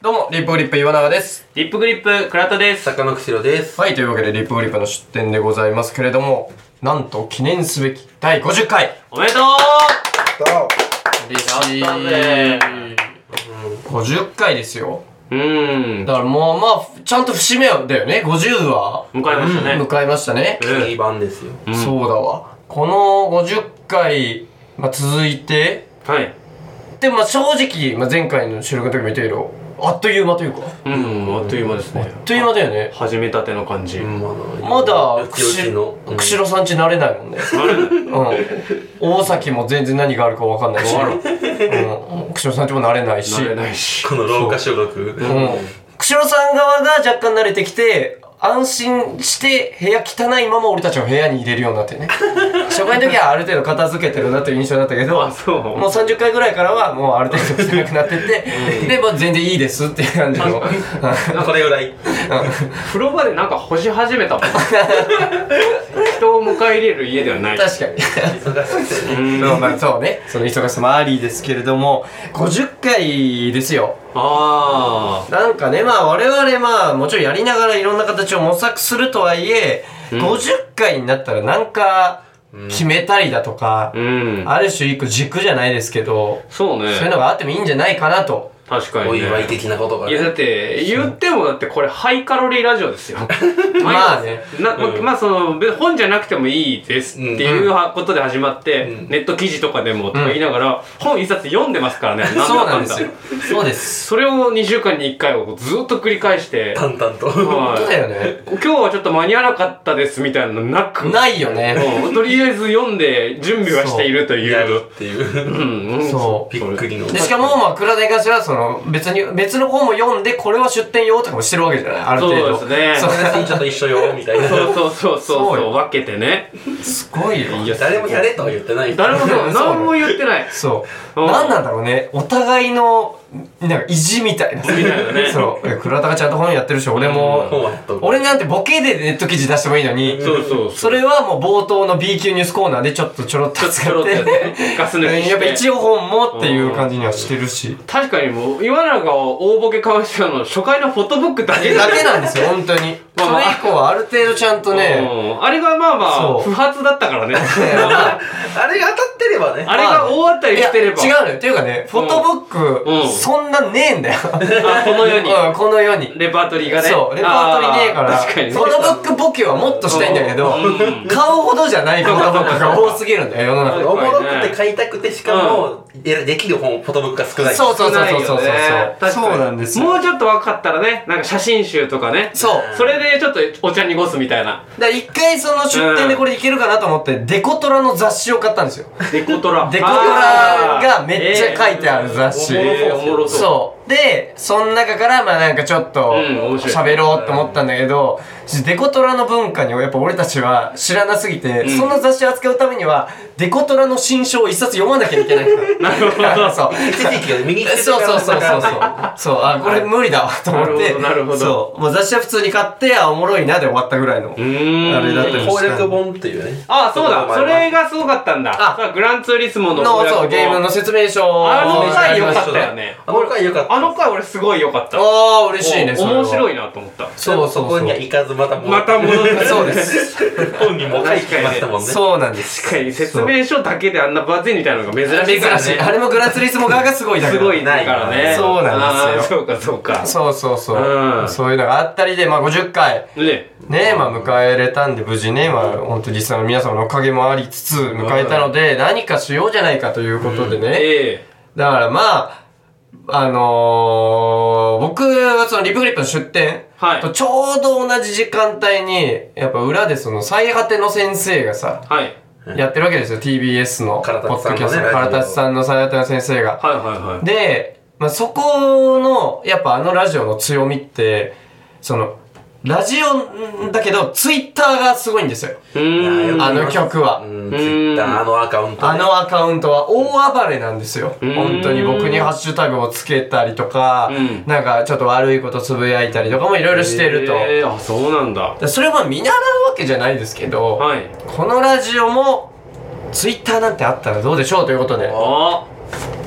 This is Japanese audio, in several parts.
どうも、リップグリップ岩永です。リップグリップ倉田です坂の釧路です。はい、というわけで、リップグリップの出展でございますけれども、なんと記念すべき第50回おめでとう嬉しいやったぜ !50 回ですよ。うーんだからもう、まあ、ちゃんと節目だよね。50は迎えましたね迎えましたね。いい番ですよ。うんそうだわ。この50回、まあ、続いて、はいで、まあ、正直、まあ、前回の収録の時も言ったけど、あっという間というか、あっうんあっという間ですねという間だよね。始めたての感じまだ、まだ、よちよちの。うん釧路さんち慣れないもんね。うん、大崎も全然何があるか分かんないし、うん、釧路さんちも慣れないし慣れないし この廊下所属。うん、釧路さん側が若干慣れてきて安心して部屋汚いまま俺たちを部屋に入れるようになってね初回の時はある程度片付けてるなという印象だったけどあそうもう30回ぐらいからはもうある程度汚くなってって、で、まあ、全然いいですっていう感じのこれぐ らい。風呂場でなんか干し始めたもん 人を迎え入れる家ではない確かに忙しくてね。そう,、 まあ、そうねその忙しさもありですけれども50回ですよあなんかね、まあ我々まあもちろんやりながらいろんな形を模索するとはいえ、50回になったらなんか決めたりだとか、あうんある種一個軸じゃないですけど、そうそういうねのがあってもいいんじゃないかなと。確かおにね祝い的なことがいやだって言ってもだってこれハイカロリーラジオですよまあね。なままあそのべ本じゃなくてもいいですっていうはことで始まって、うんネット記事とかでもとか言いながら、本一冊読んでますからね だそうかなんでだすよ。そうです。それを2週間に1回をずっと繰り返して、淡々と。そうはだよね。い、今日はちょっと間に合わなかったですみたいなのなくないよね。もうとりあえず読んで準備はしているといやうるっていう。うんうんそびっくりの。う。で、しかも、まあ、倉田に関しては、その、別に、別の本も読んで、これは出典用とかもしてるわけじゃないある程度。そうですねそう友達にちょっと一緒よ、みたいな。そうそうそうそうそうそよう分けてね すごいよ。いや誰もやれとは言ってない。誰もそうそう何も言ってないそう。うんなんなんだろうね。お互いの、なんか意地みたいな。みたいなねそう。え倉田がちゃんと本やってるし、俺本も。はやっと俺なんてボケでネット記事出してもいいのに。そうそうそれれはもう冒頭の B 級ニュースコーナーでちょっとちょろっと使ちょろっっとて。やってガス抜きしてやっぱ一応本もっていう感じにはしてるし。確かにもう岩永が大ボケかわしてたの初回のフォトブックだけえ、だけなんですよ、本当に。まあそまあれ以降はある程度ちゃんとね。うんあれがまあまそうあ不発だったか らねあれが当たってればね。あれが大当たりしてればいや違うのよ。っていうかね、フォトブック、うんうんそんなねえんだよ。あこの世 にうん、この世に。レパートリーがねそう、レパートリーねえから、あー確かにねフォトブックボケはもっとしたいんだけど、う顔ほどじゃないフォトブックが多すぎるんだよ、世の中おに。もろくて買いたくて、しかも、でできる本、フォトブックが少ない。そうそうそうそうそうそう少ないよね確かにそうなんですよもうちょっと分かったらねなんか写真集とかねそう。それでちょっとお茶濁すみたいなだから一回その出店でこれいけるかなと思って、デコトラの雑誌を買ったんですよ。デコトラデコトラがめっちゃ書いてある雑誌。えーおもろそうそう。で、その中から、まあなんかちょっとうん面、白喋ろうと思ったんだけど、デコトラの文化にやっぱ俺たちは知らなすぎて、その雑誌扱うためには、デコトラの新書を一冊読まなきゃいけない から。なるほど。 そう。一時期より右手そうそうそうそうそう。そう、あ、これ無理だわと思って。なるほどなるほどそう。もう雑誌は普通に買って、あ、おもろいなで終わったぐらいの。うーんあれだったり攻略本っていうね。あそうだそれが。がすごかったんだあさグランツーリスモのの、親子そう、ゲームの説明書をあの回良お願いしまかしったよねあの回良かった。あの回俺すごい良かったああ、嬉しいね、お面白い。いなと思ったそうそうそそう。こには行かずまた戻また戻ってそうです。本にも書いてきましたもんね。そうなんです。確かに説明書だけであんなバズりみたいなのが珍しいから珍ねしい。あれもグラツリスモ側がすごいだけすどごいないからねそうなんですよそうかそうかそうそうそうう。んそういうのがあったりで、まあ50回。ねねまあ迎えれたんで無事ね、まあ本当実際の皆様のおかげもありつつ迎えたので、何かしようじゃないかということでね。えだからまあ、あのー、僕はそのリップグリップの出店はいとちょうど同じ時間帯に、やっぱ裏でその最果ての先生がさ、えはいやってるわけですよ、TBS の、ポッ唐立さんドのねキャストの、ラジオ唐立さんの最果ての先生が。はいはいはいで、まあ、そこの、やっぱあのラジオの強みって、その、ラジオんだけど、ツイッターがすごいんですよ。うーんあの曲はうん、ツイッター、あのアカウント。あ、のアカウントは大暴れなんですよ。ん本当に僕にハッシュタグをつけたりとか、うんなんかちょっと悪いことつぶやいたりとかもいろいろしてると。ええあそうなんだそれはまあ見習うわけじゃないですけど、はいこのラジオも、ツイッターなんてあったらどうでしょうということで、あ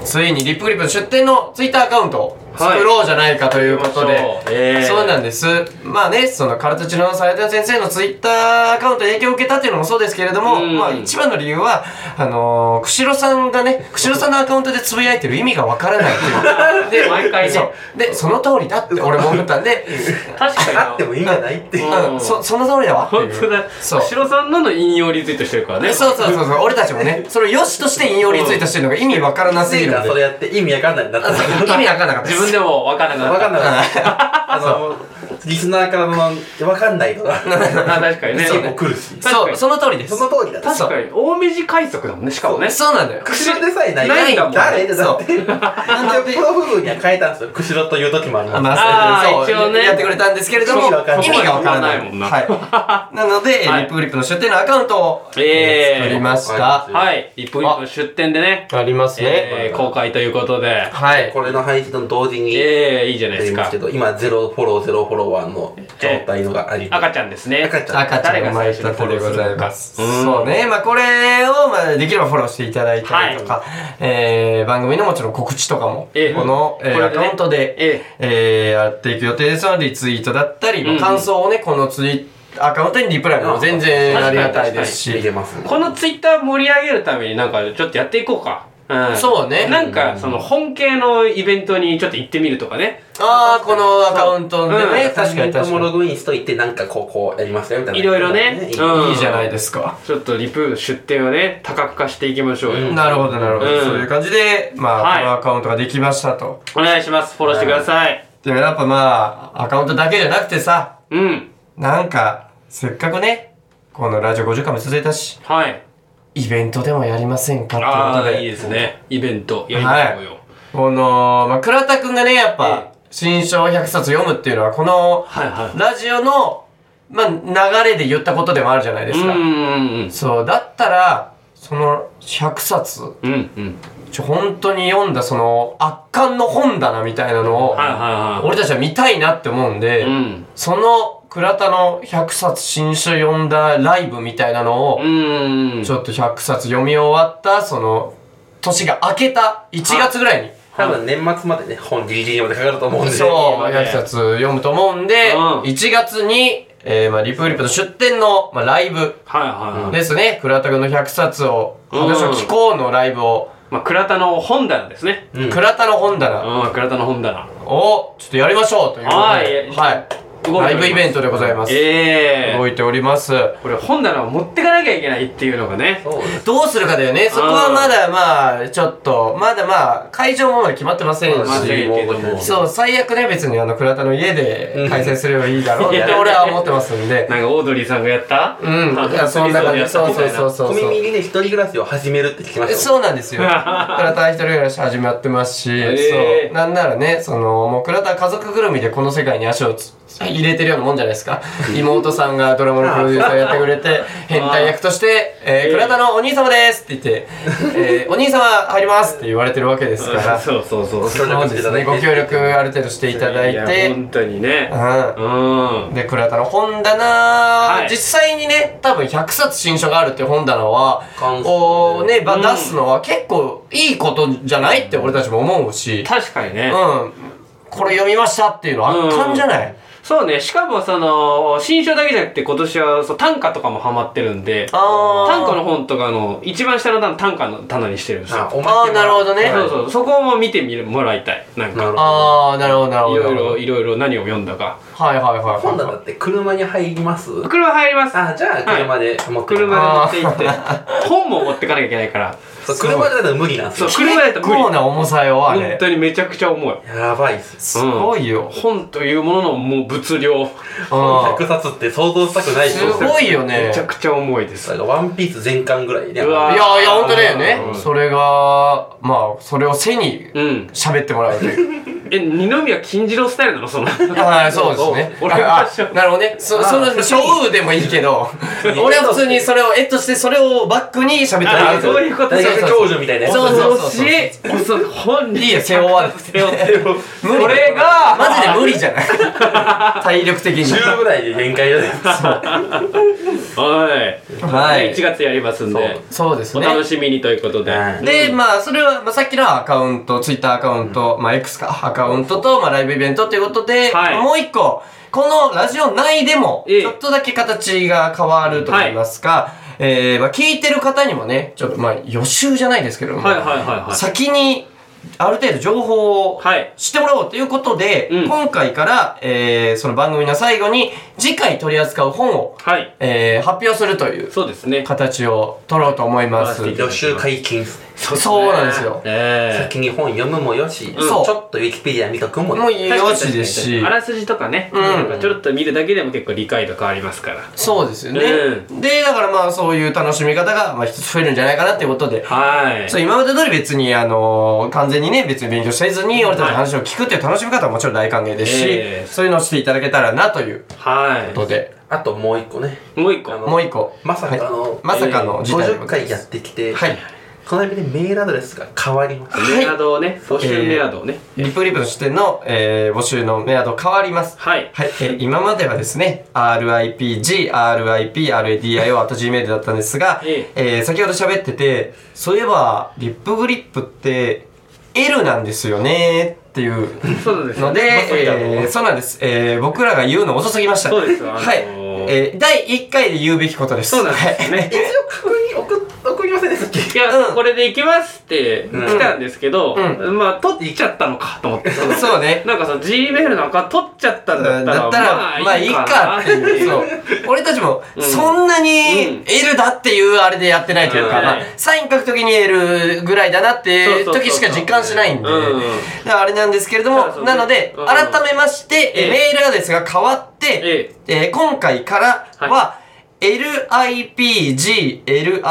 ついにリップグリップの出店のツイッターアカウントをはい作ろうじゃないかということで、作りましょうえーそうなんですまあねそのカルタチの斉藤先生のツイッターアカウントに影響を受けたっていうのもそうですけれども、うんまあ一番の理由はあのー、釧路さんがね釧路さんのアカウントでつぶやいてる意味がわからないっていうで毎回ねそうでその通りだって俺も思ったんで、確かにな あっても意味ないっていうう。んうん、そその通りだわってい本う当だそう白さんのの引用リツイートしてるからねねそうそうそうそう俺たちもねそれを良しとして引用リツイートしてるのが意味わからなすぎせいるんでがそれやって意味わかんないんだった。意味わかんなかった 自分でも分からなくわなかっんない。あの、リスナーからの、わかんないとか、たあ確かにね結構来るし。確かそにうその通りですその通りだ。確かに大目地海賊だもんねしかもねそうなんだよ釧路でさえないないんだもん誰ってだって。一なん応でプロフグには変えたんですよ。釧路という時もあります。まああ、ーそう一応ねやってくれたんですけれども、意意味味がわかんないわからない。わかんないもんな はい。なので、はいリップグリップの出店のアカウントを、えー作りましわかたり。まはい一本一本出店でねありますえー公開ということではい。これの配信と同時に、ええいいじゃないやでりすますかけど、今ゼロフォロー、ゼロフォロワーの状態のがあります。赤ちゃんですね赤ちゃん。赤ちゃんが生まれたとでございます。そうね。まあ、これを、まあ、できればフォローしていただいたりとか、えー、番組のもちろん告知とかも、ええこの、えーこれアでカねウントで、ええーやっていく予定ですので、リツイートだったり、うんうん感想をね、このツイアカウントにリプライも全然ありがたいですし、見れますね。このツイッター盛り上げるためになんかちょっとやっていこうか。うん、そうねなんかその本系のイベントにちょっと行ってみるとかね。ああ、このアカウントでね、うん確かに友確かもロに。グインしといて、なんかこう、こうやりましたよみたいな。いろいろねいいうんいいじゃないですか。ちょっとリプ出店をね、多角化していきましょうよ。うんなるほど、なるほど。うんそういう感じで、まあ、はいこのアカウントができましたと。お願いします。フォローしてください。でもやっぱまあ、アカウントだけじゃなくてさ、うん。なんか、せっかくね、このラジオ50回も続いたし、はい。イベントでもやりませんかあってあことー、いいで。ですね。イベントやりましょうよ。この、まあ、倉田くんがね、やっぱ、新書100冊読むっていうのは、この、はい、はい、ラジオの、まあ、流れで言ったことでもあるじゃないですか。うんそう、だったら、その100冊、うんうん。うんうん。ちょ、本当に読んだその圧巻の本棚みたいなのを、はいはいはい。俺たちは見たいなって思うんで、うん。その倉田の100冊新書読んだライブみたいなのを、うんうん。ちょっと100冊読み終わった、その、年が明けた1月ぐらいに、多分年末までね、本ギリギリまでかかると思うんで。そう、いいね100冊読むと思うんで、うん1月に、えー、まあリプリプの出店の、まあ、ライブはいはいはい。ですね、倉田君の100冊を、うん話を聞こうのライブを、まあ、倉田の本棚ですね。うん。倉田の本棚、うん、倉田の本棚。をちょっとやりましょうということで、ははいいライブイベントでございます、ええ動いておりますこれ本棚を持ってかなきゃいけないっていうのがねそうです。どうするかだよねそこはまだまあちょっとまだまあ会場もまだ決まってませんし、まだねそう最悪ね別にあの倉田の家で開催すればいいだろうっうんて俺は思ってますんで なんかオードリーさんがやったうんいやそんな感じそうそうそううそうそ小う耳にね、一人暮らしを始めるって聞きまえしたよ。 そうなんですよ倉田は一人暮らし始まってますし、えそーうなんならねそのもう倉田は家族ぐるみでこの世界に足をつ入れてるようなもんじゃないですか妹さんがドラマのプロデューサーやってくれ て変態役として「えーえー倉田のお兄様です」って言って「えーお兄様入ります」って言われてるわけですからそそうそうそうそう協う力でしすていただねいてご協力ある程度していただいやて本当にねうんうんで、倉田の本棚、い実際にね、多分100冊新書があるっていう本棚は、感想こうね、ばうん出すのは結構いいことじゃないって俺たちも思うし、確かにうね、ん、これ読みましたっていうのは圧巻じゃないそうねしかもその新書だけじゃなくて今年はそう短歌とかもハマってるんであー短歌の本とかの一番下の段短歌の棚にしてるんですあよ、おあーなるほどねそうそうそこも見てみるもらいたいなんなかるほど。あー、なるほど、なるいほど。ろいろいろいろ何を読んだかはいはいはいはい。本棚って車に入ります車入りますあ、じゃあ車で持ってくる車で持って行って本も持ってかなきゃいけないからそう車だと無理なんですそうよ。車だと結無理構な重さよ、あ本れ。当にめちゃくちゃ重いやばいっす。すごいよ。本というもののもう物量う100冊って想像したくないん。すごいよねめち。ゃくちゃ重いですなんかワンピース全巻ぐらいね。うわいやいや、本当だよねう。んそれが、まあ、それを背にうん喋ってもらうという。え二宮金次郎スタイルなのそのはい、そうですね。俺あはあなるほどね。そ、その、勝負でもいいけど、俺は普通にそれを、絵としてそれをバックに喋ってもらあうと。そういうこと大そうそう学教授みたいな やつ。そうそうそう恐ろしい恐ろ本人いいよ背負わず背負ってる無理それがマジジで無理じゃない体力的に。 10ぐらいで限界だね。はい。はい1月やりますんそうで、そうですおね。楽しみにということで。はいで、まあ、それは、まあ、さっきのアカウント、ツイッターアカウント、まあ、X か、アカウントと、まあ、ライブイベントということで、はいもう一個、このラジオ内でも、ええちょっとだけ形が変わると言いますか、えー、まあ、聞いてる方にもね、ちょっと、まあ、予習じゃないですけども、はいはいはいはい先に、ある程度情報をはい知ってもらおうということで、うん今回から、えー、その番組の最後に、次回取り扱う本を、はい。えー、発表するというそうですね。形を取ろうと思います。はい予習解禁っすね。そうなんですよ。え先に本読むもよし、うんちょっとウィキペディア見とくももうよいえいよしですしあ。らすじとかね、うんなんかちょろっと見るだけでも結構理解度変わりますから。そうですよね。うで、だからまあそういう楽しみ方がまあ一つ増えるんじゃないかなっていうことで。はい。そう、今まで通り別にあのー完全にね、別に勉強せずに俺たちの話を聞くっていう楽しみ方はもちろん大歓迎ですし、ええそういうのをしていただけたらなというこはとで、あともう一個ね。い。もう一個。あのもう一個。まさかのまさかの事態で50ございま回すやってきて、はい。隣でメールアドレスが変わります。メアドをね、募集メアドをね。リプリプとしての、えー募集のメアド変わります。はい。はい、えー今まではですね、RIPG、RIP、RADIO、あと Gmail だったんですが、ええー先ほど喋ってて、そういえば、リップグリップって L なんですよねっていうそうなんですよので、まあそうだろうえーそうなんです、えー僕らが言うの遅すぎました。そうですよあのーはい。えー第1回で言うべきことです。そうなんですはいね一。応確認送っ送りませんでしたっいけや、うんこれで行きますって来たんですけど、うまあ、取って行っちゃったのかと思って。そうね。なんかその Gmail なんか取っちゃったんだったら、だったら、まあいいかっていう。 そう。俺たちも、んそんなにうん L だっていうあれでやってないというか、うんまあ、サイン書くときに L ぐらいだなってそうそうそうそう時しか実感しないんで、うんだからあれなんですけれどだからそも、なのので、うん改めまして、ええメールアドレスが変わって、えー今回からは、lipg, lip,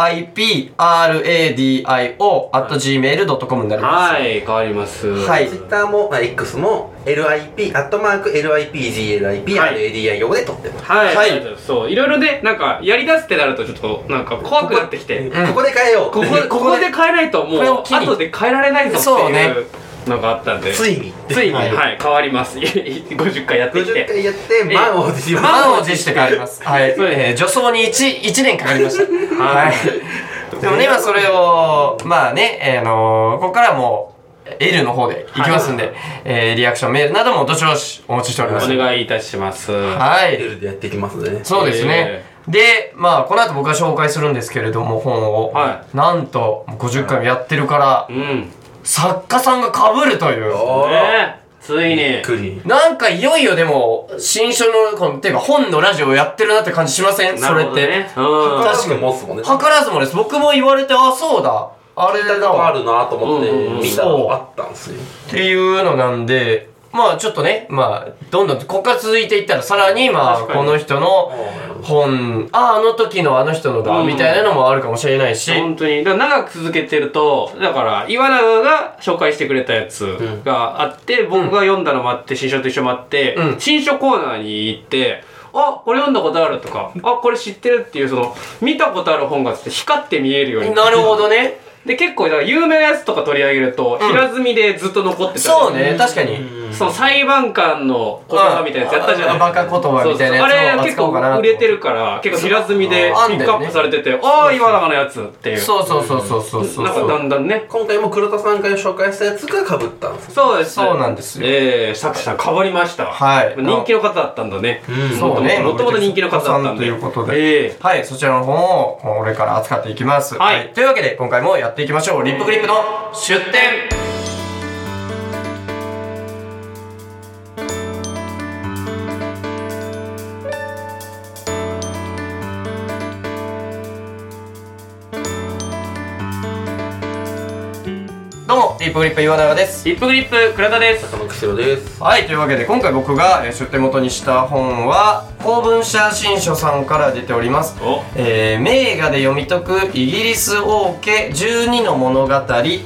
radio, at gmail.com になります。はい、変わります。はいツイッターも、あ X も、LIP、アットマーク、LIPGLIP、はい RADIO で撮ってます。はい、ははいい、そう、いろいろね、なんか、やり出すってなると、ちょっと、なんか、怖くなってきて、ここで変えよう。ここ、ここで変えないと、もこれをう、機に後で変えられないぞそっうてねいうのがあったんで、ついに。ついに、ははいい、変わります。50回やってき50て。回やって、え満を持します。満を持して帰ります。はい。そうですねえー助走に 1, 1年かかりました。はいはい。でもね、今それを、まあね、えーあのーここからはもう、L の方で行きますんで、えーリアクションメールなどもどしどしお持ちしておりおます。願いいたします。ははい。 L でやっていきますのでね。そうですね。で、まあ、この後僕が紹介するんですけれども、本を。はなんと、もう50回もやってるからい。、うん。作家さんが被るという。おー。ねついびにっ。くり。なんかいよいよでも、新書の、この、ていうか本のラジオやってるなって感じしませんなそれるっほどて。ね。うん。確確かかにに持つもんね。図らずもです。僕も言われて、あ、そうだ。あれただあわ。るなと思ってうんうん見たそうのあったんですよ。っていうのなんで、まあちょっとね、まあ、どんどん、ここから続いていったら、さらに、まあ、確かにこの人の本、あ、あの時のあの人のだ、うんみたいなのもあるかもしれないし、本当に。だから長く続けてると、だから、岩永が紹介してくれたやつがあって、僕が読んだのもあって、新書と一緒もあって、うん新書コーナーに行って、あ、これ読んだことあるとか、あ、これ知ってるっていう、その、見たことある本がつって光って見えるように。なるほどね。で、結構、だから有名なやつとか取り上げると、うん平積みでずっと残ってたりそうね、確かに。その裁判官の言葉みたいなやつやったじゃないあバカ言葉みたいなやつをそう扱おそううかあなとれ結構売れてるから結構平積みでああんだよねピックアップされててああ岩永のやつっていうそうそうそうそうそうそう。なんかだんだんね今回も黒田さんから紹介したやつが被ったんです。そうですそうなんですよええ作者さん変わりましたはい人気の方だったんだねんそうねもともと人気の方だったんとでいうことでええはい、そちらの本をこれから扱っていきます。はいというわけで、今回もやっていきましょう。リップグリップの出展どうも、リップグリップ岩永です。リップグリップ倉田です中野久代です。はい、というわけで今回僕がえー出典元にした本は公文写真書さんから出ておりますおえー名画で読み解くイギリス王家12の物語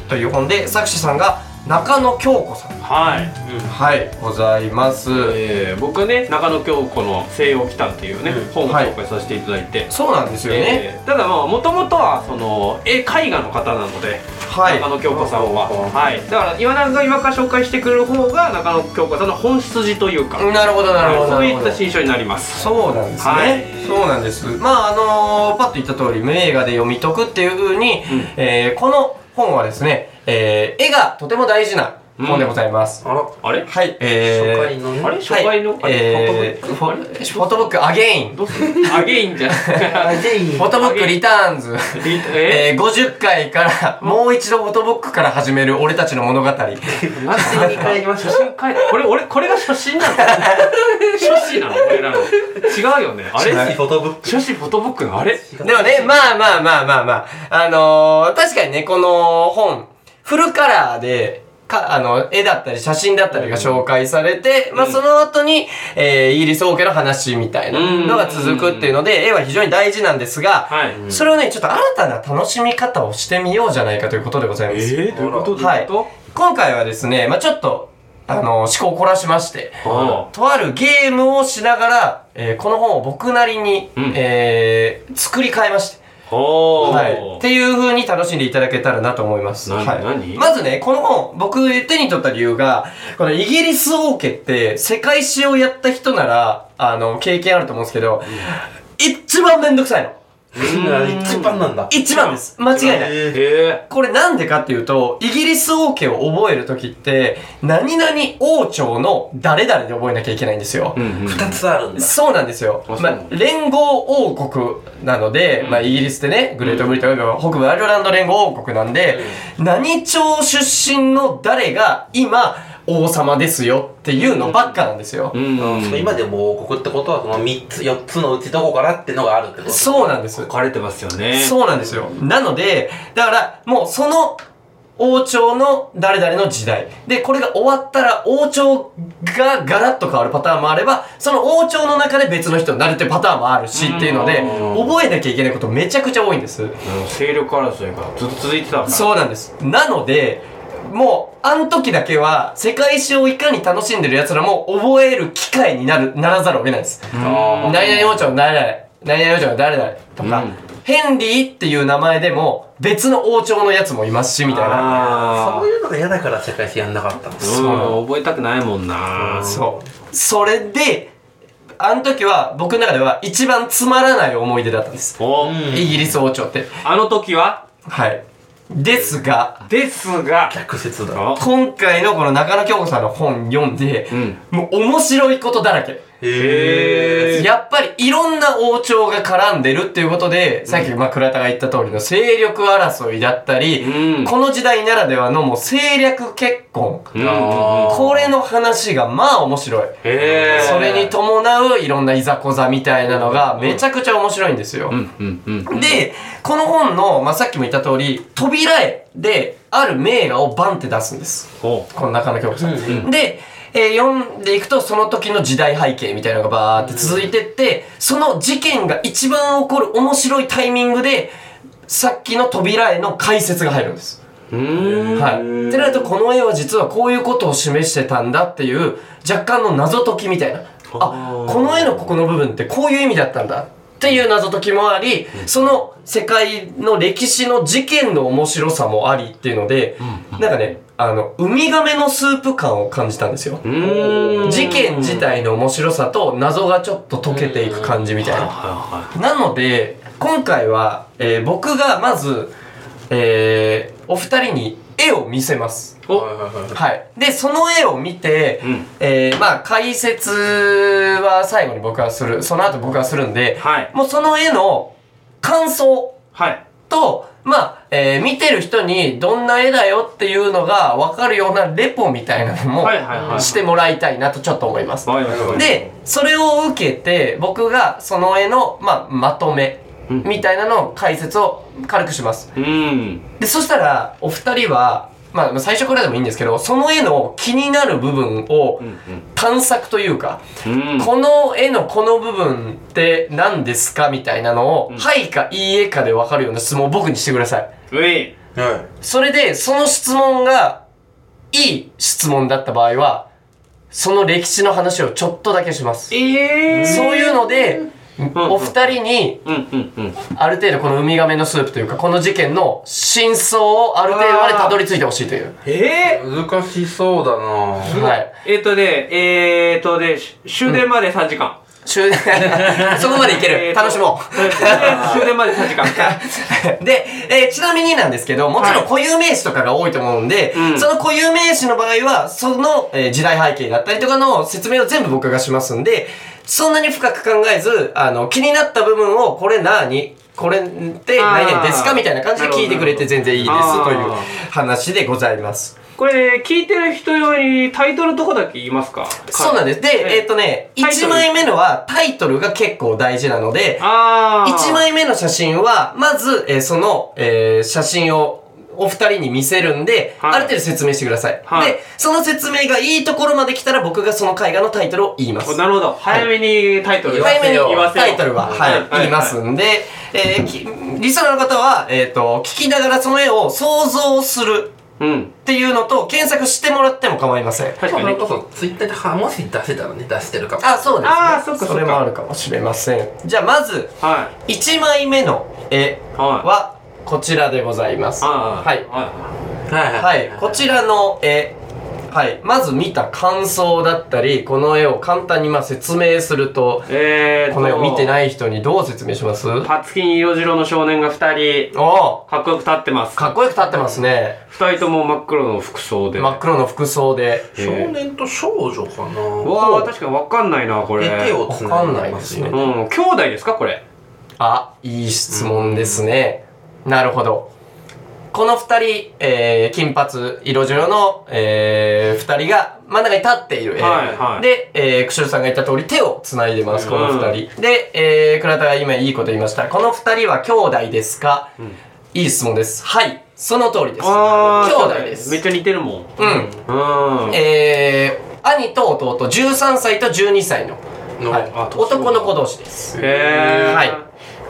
という本で作者さんが中野京子さんはい、はいございます、えー僕ね中野京子の「西洋来た」っていうね、うん本を紹介させていただいて、そうなんですよね、えーただまあもともとはその絵絵画の方なので、はい中野京子さんは、うんはい、だから岩永が今から紹介してくれる方が中野京子さんの本筋というか、なるほどなるほどそうないるっほたど新書になりますそうなんですね、はいそうなんですまああのーパッと言った通り名画で読み解くっていう風に、んえーこの本はですね、えー絵がとても大事な本でございます、あら、あれはいえー初回のねあれ初回の、はいあれえー、フォフォトブックアゲインどうするアゲイ ンじゃんあでいいフォトブックリターンズリええー、50回からもう一度フォトブックから始める俺たちの物語マジ次からいきましょ初う心かいこれ俺これが初心なの初心なの俺らの違うよねあれ初期フォトブック初心フォトブックのあれでもねまあまあまあまあまああのー、確かにねこの本フルカラーでかあの絵だったり写真だったりが紹介されて、まあ、その後に、えー、イギリス王家の話みたいなのが続くっていうので、絵は非常に大事なんですが、はいそれをねちょっと新たな楽しみ方をしてみようじゃないかということでございます。えー、どういうことどうはいういこ、今回はですね、まあ、ちょっと、あの思考を凝らしまして、と、はとあるゲームをしながら、えーこの本を僕なりに、うんえー作り変えまして、あおー、はい、っていう風に楽しんでいただけたらなと思います。なはい、何まずね、この本、僕手に取った理由が、このイギリス王家って、世界史をやった人なら、あの、経験あると思うんですけど、一番めんどくさいの。うん一番なんだ一番です。間違いない。えーえこれなんでかっていうと、イギリス王家を覚えるときって、何々王朝の誰々で覚えなきゃいけないんですよ。ー、うんうん二つあるんだそうなんですよ。あそうまあ、連合王国なので、まあ、イギリスってね、グレートブリテン北部アイルランド連合王国なんで、何朝出身の誰が今、王様ですよっていうのばっかなんですよ。うんそう今でも王国ってことはその三つ四つのうちどこからってのがあるってことそうなんです。書かれてますよねそうなんですよ。なので、だから、もうその王朝の誰々の時代。で、これが終わったら王朝がガラッと変わるパターンもあれば、その王朝の中で別の人になるってパターンもあるしっていうので、うん覚えなきゃいけないことめちゃくちゃ多いんです。うん勢力争いがずっと続いてたからそうなんです。なので、もう、あの時だけは、世界史をいかに楽しんでる奴らも覚える機会になる、ならざるを得ないです。あー何々王朝の誰々、何々王朝の誰々とか、うんヘンリーっていう名前でも別の王朝のやつもいますし、みたいな。あそういうのが嫌だから世界史やんなかったのーうん覚えたくないもんなそう。それで、あの時は僕の中では一番つまらない思い出だったんです。おうんイギリス王朝って。あの時ははい。ですが、ですが逆説だあ今回のこの中野京子さんの本読んで、うんもう面白いことだらけ。へーやっぱりいろんな王朝が絡んでるっていうことで、さっき、まあ、倉田が言った通りの勢力争いだったり、うんこの時代ならではのもう政略結婚、うんあーこれの話がまあ面白い。へーそれに伴ういろんないざこざみたいなのがめちゃくちゃ面白いんですよ。うんうんうんで、この本の、まあ、さっきも言った通り、扉絵である名画をバンって出すんです。おこの中野京子さん。うんで、えー読んでいくとその時の時代背景みたいなのがバーって続いてって、その事件が一番起こる面白いタイミングで、さっきの扉絵の解説が入るんです。うーんはい。ってなると、この絵は実はこういうことを示してたんだっていう、若干の謎解きみたいな。ああ、ーこの絵のここの部分ってこういう意味だったんだ。っていう謎解きもあり、その世界の歴史の事件の面白さもありっていうので、なんかね、あの、ウミガメのスープ感を感じたんですよ。うーん事件自体の面白さと謎がちょっと解けていく感じみたいな。はなので今回は、えー僕がまず、えーお二人に絵を見せます。いはいはいはいはいはい、でその絵を見て、うんえーまあ解説は最後に僕はするその後僕はするんで、おはいもうその絵の感想はいと、まあえー見てる人にどんな絵だよっていうのが分かるようなレポみたいなのもはいはいはいしてもらいたいなとちょっと思います。わかりましたで、それを受けて、僕がその絵の、まあ、まとめ、うんみたいなのを解説を軽くします。うんで、そしたら、お二人は、まあ、最初からでもいいんですけど、その絵の気になる部分をうん探索というか、うんこの絵のこの部分って何ですかみたいなのを、んはいかいいえかでわかるような質問を僕にしてください。ういうそれで、その質問が、いい質問だった場合は、その歴史の話をちょっとだけします。ええそういうので、んお二人に、うんうんうんある程度このウミガメのスープというか、この事件の真相をある程度までたどり着いてほしいという。えー、難しそうだなぁ。はい。えっ、とねえっ、とねし終電まで3時間、終電 そこまでいける。えーと楽しも終電終電まで3時間う。 で、えーちなみになんですけど、もちろん固有名詞とかが多いと思うんで、うんその固有名詞の場合は、その、えー時代背景だったりとかの説明を全部僕がしますんで、そんなに深く考えず、あの、気になった部分を、これ何これって何々ですあかーみたいな感じで聞いてくれて全然いいでなるほすどという話でございます。これ聞いてる人よりタイトルどこだけ言いますかそうなんです。で、えーっとね、タイトル1枚目のはタイトルが結構大事なので、ああ1枚目の写真は、まず、えーその、えー写真を、お二人に見せるんで、はいある程度説明してください,、はいで、その説明がいいところまで来たら僕がその絵画のタイトルを言います。なるほど早めにタイトル早めに言わせよタイトルは、はい、言いますんで、えーきリスナーの方は、えっ、と、聞きながらその絵を想像するうんっていうのと、検索してもらっても構いません。確まかあにねそれこそ、ツイッターでは、もし出せたらね、出してるかも。あ、そうですね。あーそっかそっかそれもあるかもしれません。じゃあ、まず、はい1枚目の絵は、こちらでございます。ああはい。ははいはい、こちらの絵、はい、まず見た感想だったり、この絵を簡単にまあ説明するとい、えーとこの絵を見てない人にどう説明しますおパツキン色白の少年が2人おかっこよく立ってますうかっこよく立ってますね。 2人とも真っ黒の服装で真っ黒の服装で。え少年と少女かなうわー確かに分かんないなこれで手をつなわかんんなでいでますすねようね。ん兄弟ですかこれあ、いい質問ですね。なるほど。この二人、えー、金髪、色白の、えー、二人が真ん中に立っている絵。はいはいで、えー、くしゅるさんが言った通り手を繋いでます、この二人。で、えー、倉田が今いいこと言いました。この二人は兄弟ですか、いい質問です。はい。その通りです。あ兄ー弟です。めっちゃ似てるもんうん。うんえー、兄と弟、13歳と12歳の、のはいあ年男の子同士です。へーはい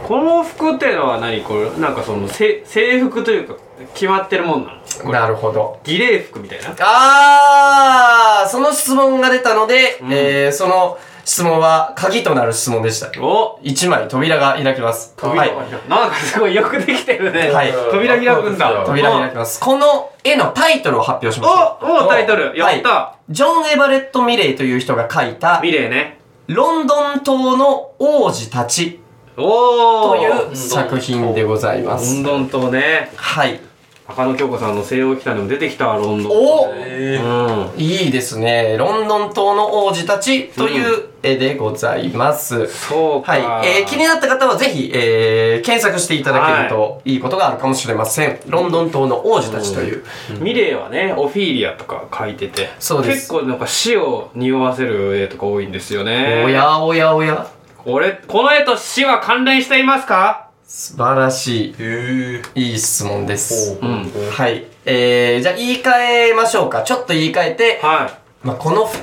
この服っていうのは何これなんかそのせ制服というか決まってるもんなのなるほど。儀礼服みたいなあー、その質問が出たので、んえー、その質問は鍵となる質問でした。お一枚扉が開きます。扉、はい。なんかすごいよくできてるね、はい扉開くんだ扉が開きます。この絵のタイトルを発表します。おもうタイトルやった、はいジョン・エバレット・ミレイという人が書いたミ、レーねロンドン島の王子たちおとおいう作品でございまロンす。ドン島ねはい。赤野京子さんの西洋北にも出てきたわロンドンおえーうんいいですね。ロンドン島の王子たちという絵でございます。そうかはい、えー、気になった方はぜひ、えー、検索していただけるといいことがあるかもしれません。ロンドン島の王子たちという。ミレーはねオフィーリアとか書いててそうです結構なんか死を匂わせる絵とか多いんですよねおやおやおや。これこの絵と死は関連していますか素晴らしへい、いい質問です。うんはい。えー、じゃあ言い換えましょうか。ちょっと言い換えて、はまあ、この二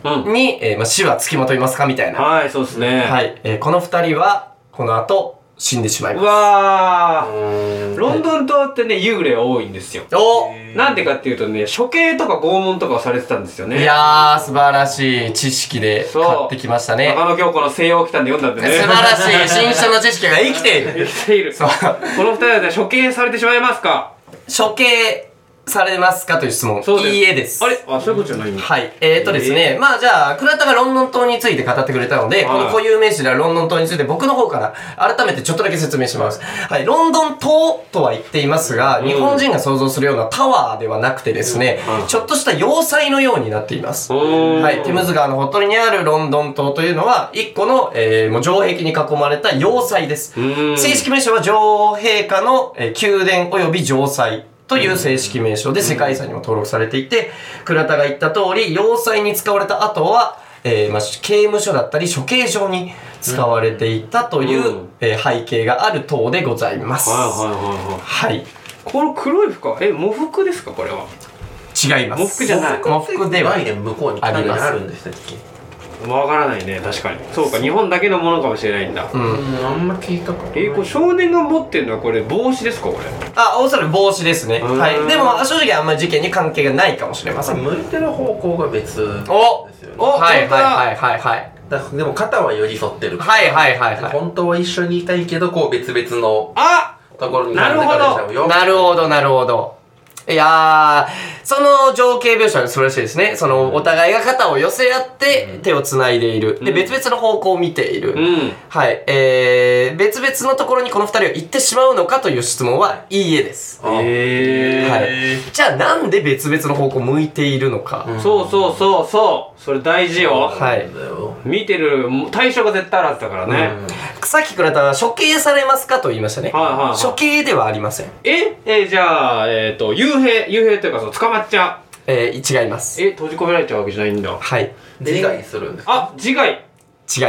人に、えーまあ、死は付きまといますかみたいいな。はいそうですね、はい。えー、この二人は、この後、死んでしまいうまわーうロンドン島ってね幽霊多いんですよす。おなんでかっていうとね処刑とか拷問とかをされてたんですよねいやー、素晴らしい知識で買そうってきましたね。中野京子の西洋北で読んだんでね 素晴らしい新書の知識が生きている言っているそうこの二人はね処刑されてしまいますか処刑されますかという質問そうですいいえですあれあそういうことじゃないのはいえー、とですね、まあじゃあ倉田がロンドン島について語ってくれたので、はいこの固有名詞であるロンドン島について僕の方から改めてちょっとだけ説明しますはいロンドン島とは言っていますが、日本人が想像するようなタワーではなくてですね、うんちょっとした要塞のようになっていますは、はいティムズ川のほとりにあるロンドン島というのは、一個の、えーもう城壁に囲まれた要塞です。うん正式名称は女王陛下の、えー宮殿及び城塞という正式名称で世界遺産にも登録されていて、倉田が言った通り、要塞に使われた後は、えーまあ、刑務所だったり処刑場に使われていたという、うんえー背景がある塔でございます。はいはいはいははいい。この黒い服はえ喪服ですかこれは違います。喪服じゃない喪服では概念向こうに来たのにあるんでしたっけわからないね確かにそうか日本だけのものかもしれないんだ、うん。うん、あんま聞いたことないえこれ少年が持ってるのはこれ帽子ですかこれあ、おそらく帽子ですね。うんはい。でも、正直あんまり事件に関係がないかもしれません。向いてる方向が別ですよねおおはい本当だはいはいはいはい。だでも肩は寄り添ってるはいはいはいはい本当は一緒にいたいけどこう別々のあところになれちゃうよなるほど、なるほど。いやー、その情景描写が素晴らしいですね。その、お互いが肩を寄せ合って、手を繋いでいる。で、うん別々の方向を見ている。うんはい。えー、別々のところにこの二人は行ってしまうのかという質問は、いいえです。あえはーい。じゃあ、なんで別々の方向を向いているのか。うんそうそうそうそうそれ大事よ、はいそうだよ見てる対象が絶対あるはずだからね、うんさっきくれた処刑されますかと言いましたね。はいはいはい処刑ではありません。ええじゃあえっ、と幽閉幽閉というかその捕まっちゃうえー、違います。え閉じ込められちゃうわけじゃないんだはい。自害するんですあ自害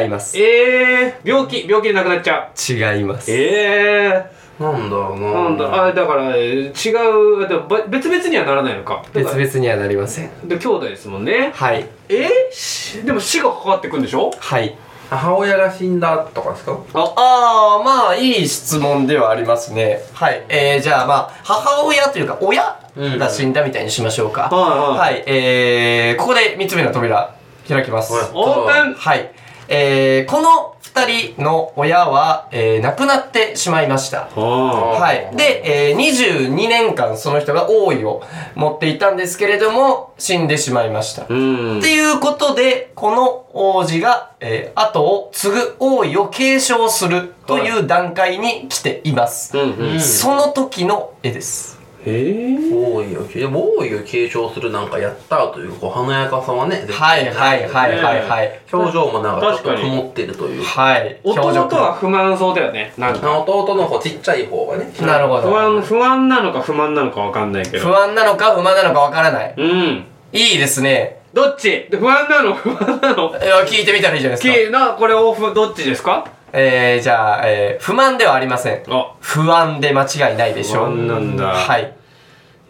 違います。えー、病気病気で亡くなっちゃう違います。えなんだろうー、ななんだあだからえー違うでもば別々にはならないのか別だか々にはなりません。らで兄弟ですもんねはい。えー、しでも死がかかってくんでしょはい。母親が死んだとかですかああ、まあ、いい質問ではありますね。はい。えー、じゃあ、まあ、母親というか、親うんが死んだみたいにしましょうか。ははい。えー、ここで3つ目の扉、開きます。はいオープンはい。えー、この2人の親は、えー、亡くなってしまいました。ははい。で、えー22年間その人が王位を持っていたんですけれども、死んでしまいました。あうんっていうことで、この王子が、えー後を継ぐ王位を継承するという段階に来ています。うんうんんその時の絵です。えー、王位をでも王位を継承するなんかやったというこう華やかさはねはいはいはいはいはい。表情もなんかちょっ確とかに曇ってるというはい。弟表情は不満そうだよねなんか弟の方ちっちゃい方がねなるほ不ど。安不安なのか不満なのかわかんないけど不安なのか不満なのかわからない。うんいいですね。どっち不安なの不安なのいや聞いてみたらいいじゃないですか。きなこれオフどっちですかえー、じゃあ、えー不満ではありません。あ不安で間違いないでしょう。不安なんだはい。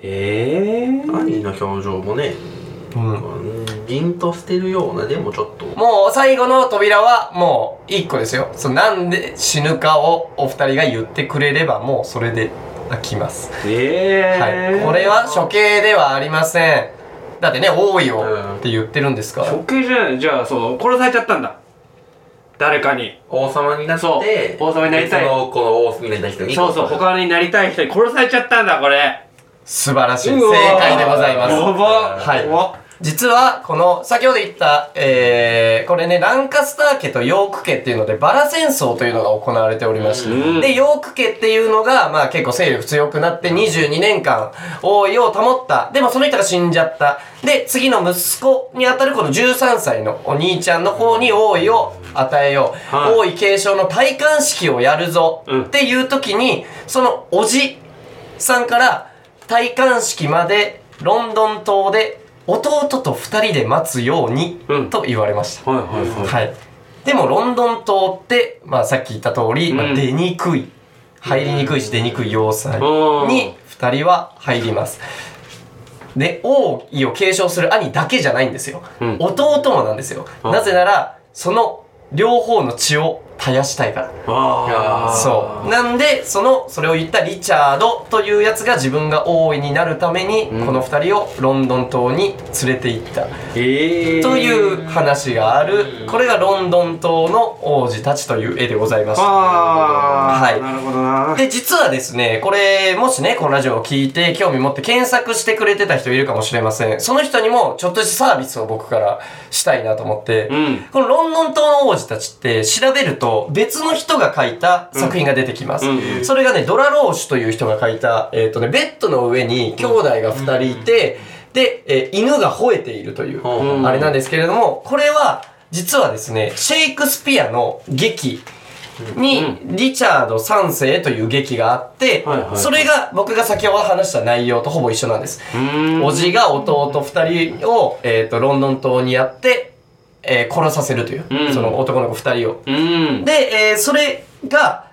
ええ兄の表情もねうん。凛としてるようなでもちょっともう最後の扉はもう一個ですよ。そのなんで死ぬかをお二人が言ってくれればもうそれで開きます。ええはい。これは処刑ではありません。だってね、多いよって言ってるんですから。処刑じゃないじゃあその殺されちゃったんだ誰かに王様になっそうて王様になりたい別のこの王様になりたい人にそうそう他になりたい人に殺されちゃったんだこれ素晴らしい。正うわー解でございます。やばはい怖っ実は、この、先ほど言った、えー、これね、ランカスター家とヨーク家っていうので、バラ戦争というのが行われておりまして、うんで、ヨーク家っていうのが、まあ結構勢力強くなって、22年間、王位を保った。でもその人が死んじゃった。で、次の息子にあたるこの13歳のお兄ちゃんの方に王位を与えよう。はい王位継承の戴冠式をやるぞ。うんっていう時に、そのおじ、さんから戴冠式までロンドン島で弟と二人で待つように、うんと言われました、はいはいはい、はいでもロンドン島って、まあ、さっき言った通り、まうあ、ん出にくい入りにくいし出にくい要塞うんに二人は入りますで王位を継承する兄だけじゃないんですよ、うん弟もなんですようんなぜならその両方の血を絶やしたいからああそうなんでそのそれを言ったリチャードというやつが自分が王位になるために、うんこの2人をロンドン島に連れて行ったええという話がある、うんこれがロンドン島の王子たちという絵でございましたああはいなるほどなで実はですねこれもしねこのラジオを聞いて興味持って検索してくれてた人いるかもしれませんその人にもちょっとしたサービスを僕からしたいなと思って、うんこのロンドン島の王子たちって調べると別の人が書いた作品が出てきます。うんうんそれがね、ドラローシュという人が書いた、えっ、とね、ベッドの上に兄弟が二人いて、で、えー犬が吠えているという、うんあれなんですけれども、これは実はですね、シェイクスピアの劇、に、リチャード3世という劇があって、はいはいはいそれが僕が先ほど話した内容とほぼ一緒なんです。うーんおじが弟2人を、えー、とロンドン島にやって、えー殺させるという、うんその男の子2人を。うんで、えーそれが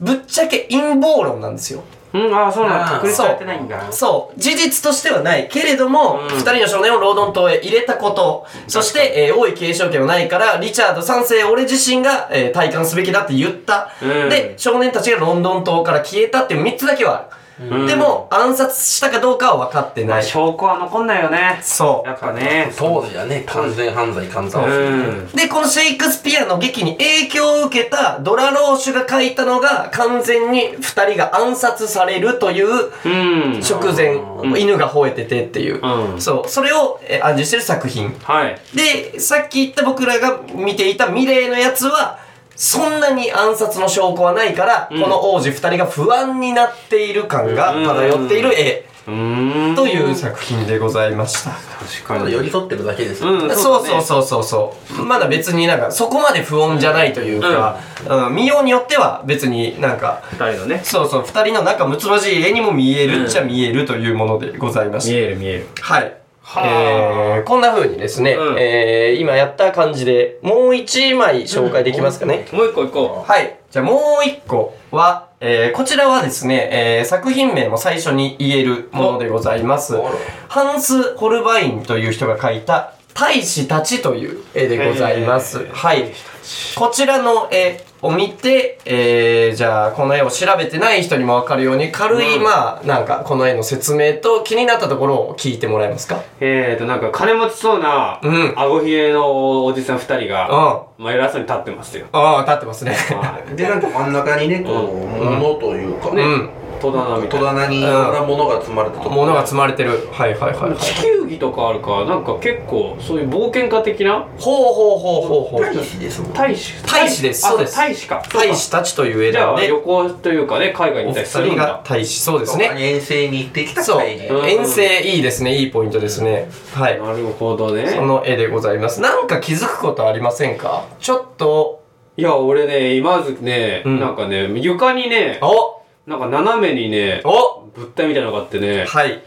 ぶっちゃけ陰謀論なんですよ。うん、ああ、そうなんだ。あー確立されてないんだ。そう事実としてはないけれども、うん二人の少年を労働党へ入れたことそして、えー王位継承権はないからリチャード3世俺自身が、えー体感すべきだって言った、うんで少年たちがロンドン島から消えたっていう3つだけはある、うんでも暗殺したかどうかは分かってまなあい、証拠は残んないよね。そうやっぱね。当時はね完全犯罪簡う単ん。で、このシェイクスピアの劇に影響を受けたドラローシュが書いたのが完全に二人が暗殺されるといううん。直前、ん犬が吠えててっていう、うんそう、それをえー暗示してる作品。はい。で、さっき言った僕らが見ていたミレーのやつは、そんなに暗殺の証拠はないから、この王子二人が不安になっている感が漂っている絵うーん。という作品でございました。確たかだに。寄り添ってるだけですようんそうだそうねそうそうそうまだ別になんかそこまで不穏じゃないというか、うん見ようによっては別になんか二人のね。そうそう2人の仲睦まじい絵にも見えるっちゃ見えるというものでございまし見た、える見える。はいはあえーこんな風にですね、うんえー今やった感じでもう1枚紹介できますかね、もう一個行こはい。じゃあもう一個は、えー、こちらはですね、えー、作品名も最初に言えるものでございますおあら。ハンス・ホルバインという人が描いた、大使たちという絵でございます。えーはい大使。こちらの絵を見て、えー、じゃあこの絵を調べてない人にもわかるように、軽い、うんまあ、なんかこの絵の説明と気になったところを聞いてもらえますかう。えーと、なんか金持ちそうな、うんあごひげのおじさん二人うん。が、あまあ偉そうに立ってますよ。あ、立って ますね。はいでなんか真ん中にねこう物というかうねん。戸棚みた戸いな。棚にいろんな物が積まれたとこ物が積まれてる。はいはいはいはい。地球儀とかあるから、なんか結構、そういう冒険家的なほうほうほうほうほう。大使ですもん大使大使ですあそうです大使か。大使たちという絵じなゃのあで、旅行というかね、海外に行お二ったりする人んがだ。大使、そうですね。遠征に行ってきたそう、大使ん遠征いいですね、いいポイントですね。はい。なるほどね。その絵でございます。なんか気づくことありませんかちょっと、いや、俺ね、今ずね、うんなんかね、床にね、おなんか斜めにね、お物体みたいなのがあってね、はい。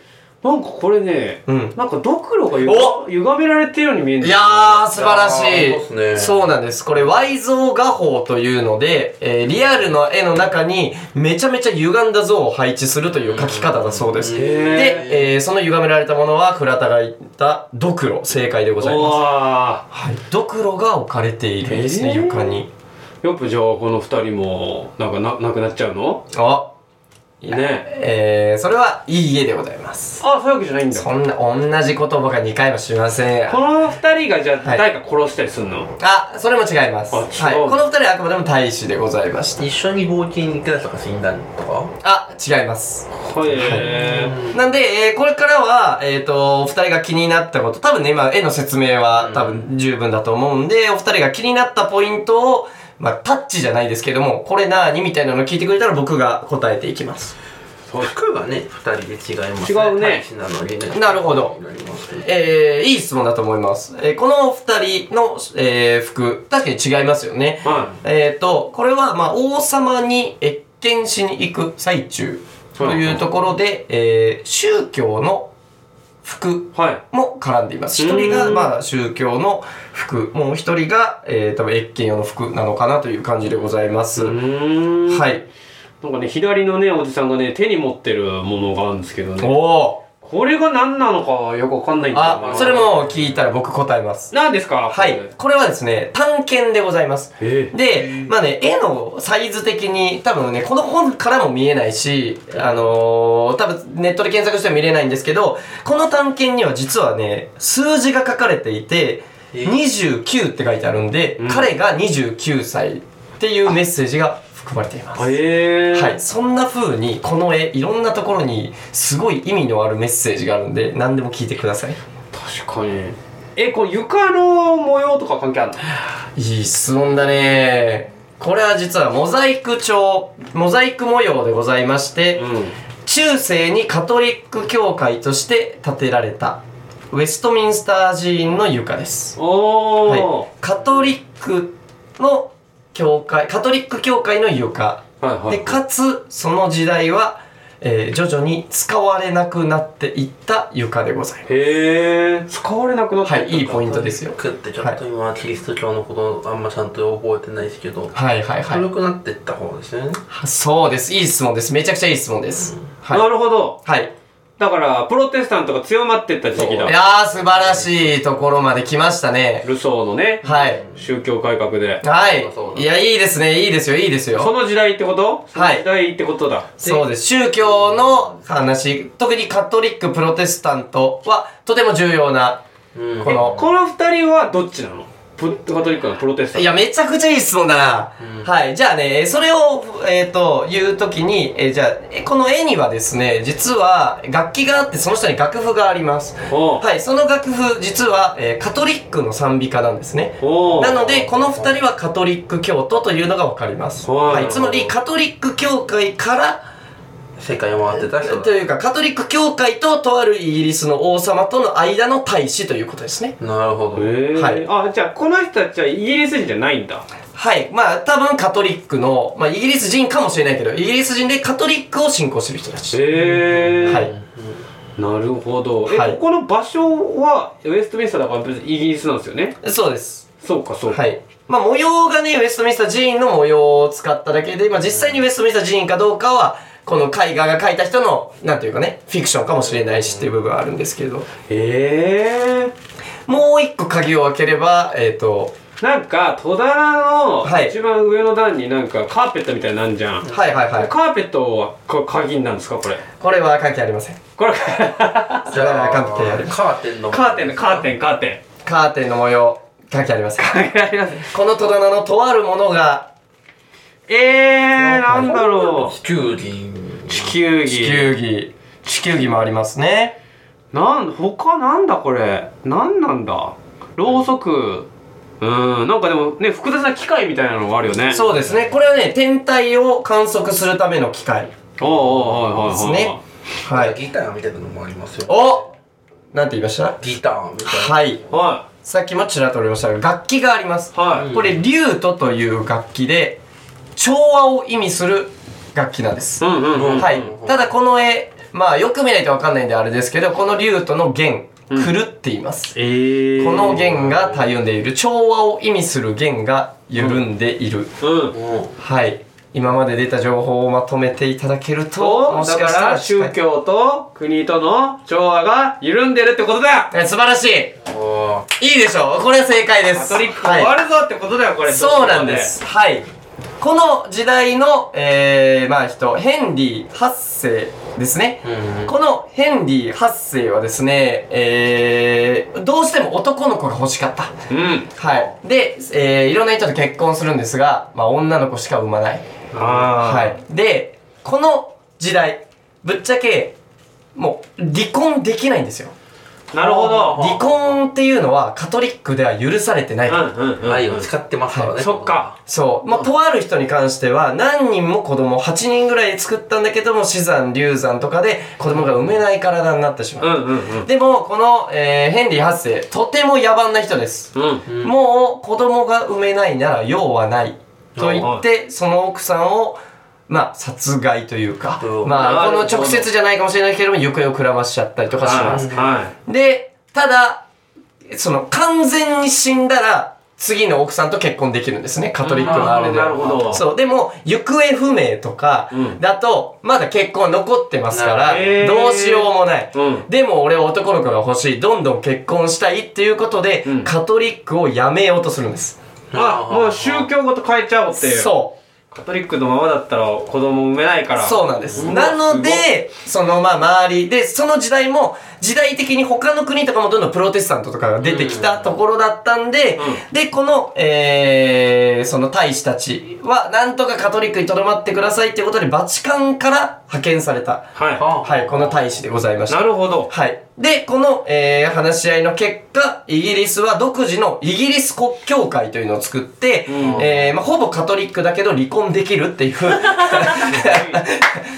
なんかこれね、うんなんかドクロがゆおが歪められてるように見えるんいだよやー、素晴らしいい。やーそうですねそうなんです。これ、Y 像画法というので、えーリアルの絵の中に、めちゃめちゃ歪んだ像を配置するという描き方だそうです。へーで、えーその歪められたものは、倉田が言った、ドクロ、正解でございます。わはい、ドクロが置かれているんですね、えー床に。ーやっぱじゃあこの二人も、なんかな、なくなっちゃうのあ、ね。えー、それはいい家でございます。あ、そういうわけじゃないんだ。そんな、同じことばか2回はしませんこや。の二人がじゃあはい誰か殺したりするの、あ、それも違います。あは違うい、この二人はあくまでも大使でございました。一緒に冒険に行ったとか死んだとかあ、違います。はい、へーなんで、えーこれからは、えっ、と、お二人が気になったこと、多分ね、今、絵の説明は多分十分だと思うんで、お二人が気になったポイントを、まあ、タッチじゃないですけども、これなーにみたいなのを聞いてくれたら僕が答えていきます。服がね二人で違います違うね大使なのにねなるほどなりますけどえー、いい質問だと思います。えーこのお二人の、えー服、確かに違いますよね。はえっ、と、これは、まあ、王様に謁見しに行く最中というところで、えー宗教の服い。はい。も絡んでいます。一人が、まあ、宗教の服、もう一人が、えー、多分謁見用の服なのかなという感じでございます。うーん。はい。なんかね、左のね、おじさんがね、手に持ってるものがあるんですけどね。おー。これが何なのかよくわかんないんだよなあ、それ。も聞いたら僕答えます。何ですかはい。これはですね、探検でございます。えで、まあね、絵のサイズ的に、多分ね、この本からも見えないし、あのー、多分ネットで検索しても見れないんですけど、この探検には実はね、数字が書かれていて、29って書いてあるんで、うん彼が29歳っていうメッセージが含まれています。ええー。はい、。そんな風にこの絵いろんなところにすごい意味のあるメッセージがあるんで何でも聞いてください確かに。え、これ床の模様とか関係あるのいい質問だねこれは実はモザイク調モザイク模様でございまして、うん。中世にカトリック教会として建てられたウェストミンスター寺院の床です、おー。はい、カトリックの教会カトリック教会の床はいはい。でかつその時代は、えー徐々に使われなくなっていった床でございます。へえ使われなくなったはい、いいポイントですよ。クってちょっと今、キリスト教のことあんまちゃんと覚えてないですけど、はいはいはい古くなってった方ですよね。そうです。いい質問です。めちゃくちゃいい質問です。はい。なるほどはい。だからプロテスタントが強まってった時期いだやー、素晴らしいところまで来ましたね。ルソーのねはい。宗教改革ではいそうだそう。だいや、いいですね。いいですよ。いいですそよ。の時代ってことその時代ってことだそうです。宗教の話、特にカトリック、プロテスタントはとても重要な、うんこの、この二人はどっちなのプカトリックのプロテスタンいトや、めちゃくちゃいい質問だな。はい。じゃあね、えーそれを、えっ、と、言うときに、えーじゃあ、えーこの絵にはですね、実は楽器があって、その下に楽譜があります。おうはい。その楽譜、実は、えーカトリックの賛美歌なんですね。おうなので、この二人はカトリック教徒というのがわかります。はいはい。つまり、カトリック教会から、世界を回ってた人というか、カトリック教会ととあるイギリスの王様との間の大使ということですね。なるほど。へえ、はいあじゃあこの人たちはイギリス人じゃないんだはい。まあ、多分カトリックの、まあ、イギリス人かもしれないけど、イギリス人でカトリックを信仰してる人たち。へえ、はい。なるほどえ、はいここの場所はウェストミンスターだから別にイギリスなんですよねそうです。そうかそうか、はい。まあ、模様がね、ウェストミンスター寺院の模様を使っただけで、まあ、実際にウェストミンスター寺院かどうかは、この絵画が描いた人の、なんていうかね、フィクションかもしれないしっていう部分はあるんですけど、へえもう一個鍵を開ければ、えっ、と、なんか戸棚のはい一番上の段になんかカーペットみたいになんじゃん、はいはいはい。カーペットはこ鍵になるんですかこれこれは関係ありません。 これそれは関係ありません。カーテンの。カーテンのカーテンカーテンカーテンの模様、関係ありません。関係ありま せんこの戸棚のとあるものが、えー、なんだろ地球儀。う地球儀地球儀。地球儀もありますね。なん他なんだこれなんなんだろうそくうーんなんかでもね複雑な機械みたいなのがあるよねうそうですね。これはね、天体を観測するための機械。おうおうはいですはいはいねは。ギターみたいなのもありますよ。おなんて言いましたギターみたいな。はい。はさっきもちらっとおりましたが、楽器があります。いはい、これ、リュートという楽器で、調和を意味する楽器なんです。うんうんうん、はういんうんう。んただこの絵、まあよく見ないとわかんないんであれですけど、このリュートの弦、狂っています。えー、この弦がたゆんでいる、調和を意味する弦が緩んでいる。うんうん。はい。今まで出た情報をまとめていただけると、ともだしかかしたらら宗教と国との調和が緩んでるってことだはいえ素晴らしいおーいいでしょうこれは正解でカす。トリックがはい終わるぞってことだよこれそうなんです。はい。この時代の、えー、まあ人、ヘンリー8世ですね。うんこのヘンリー8世はですね、えー、どうしても男の子が欲しかった。うんはい。で、えー、いろんな人と結婚するんですが、まあ女の子しか産まない。あーはい。で、この時代、ぶっちゃけ、もう離婚できないんですよ。なるほど離婚っていうのはカトリックでは許されてない。うんうんうん愛を使ってますからね。そっ。かそう。まあ、とある人に関しては、何人も子供、8人ぐらい作ったんだけども、死産、流産とかで子供が産めない体になってしまうう。んうんうんでも、この、えーヘンリー8世、とても野蛮な人です。うんもう、子供が産めないなら用はない。と言って、その奥さんを、まあ、殺害というかう、んまあ、なこるのほど直接じゃないかもしれないけれども、行方をくらましちゃったりとかします。はいで、ただ、その、完全に死んだら、次の奥さんと結婚できるんですね、カトリックのあれで。なるほどそう、でも、行方不明とかうんだと、まだ結婚残ってますから、なるほどどうしようもない。うんでも俺は男の子が欲しい、どんどん結婚したいっていうことで、うんカトリックをやめようとするんです。あもう宗教ごと変えちゃおうっていうそう。カトリックのままだったら子供産めないからそうなんです。わなので、そのまあ周りで、その時代も、時代的に他の国とかもどんどんプロテスタントとかが出てきたところだったんで、うで、この、えー、その大使たちは、なんとかカトリックにとどまってくださいっていうことで、バチカンから派遣された、すごいははい、この大使でございましいたな。るほどはい。で、この、えー、話し合いの結果、イギリスは独自のイギリス国教会というのを作って、うんえー、まあ、ほぼカトリックだけど離婚できるっていう、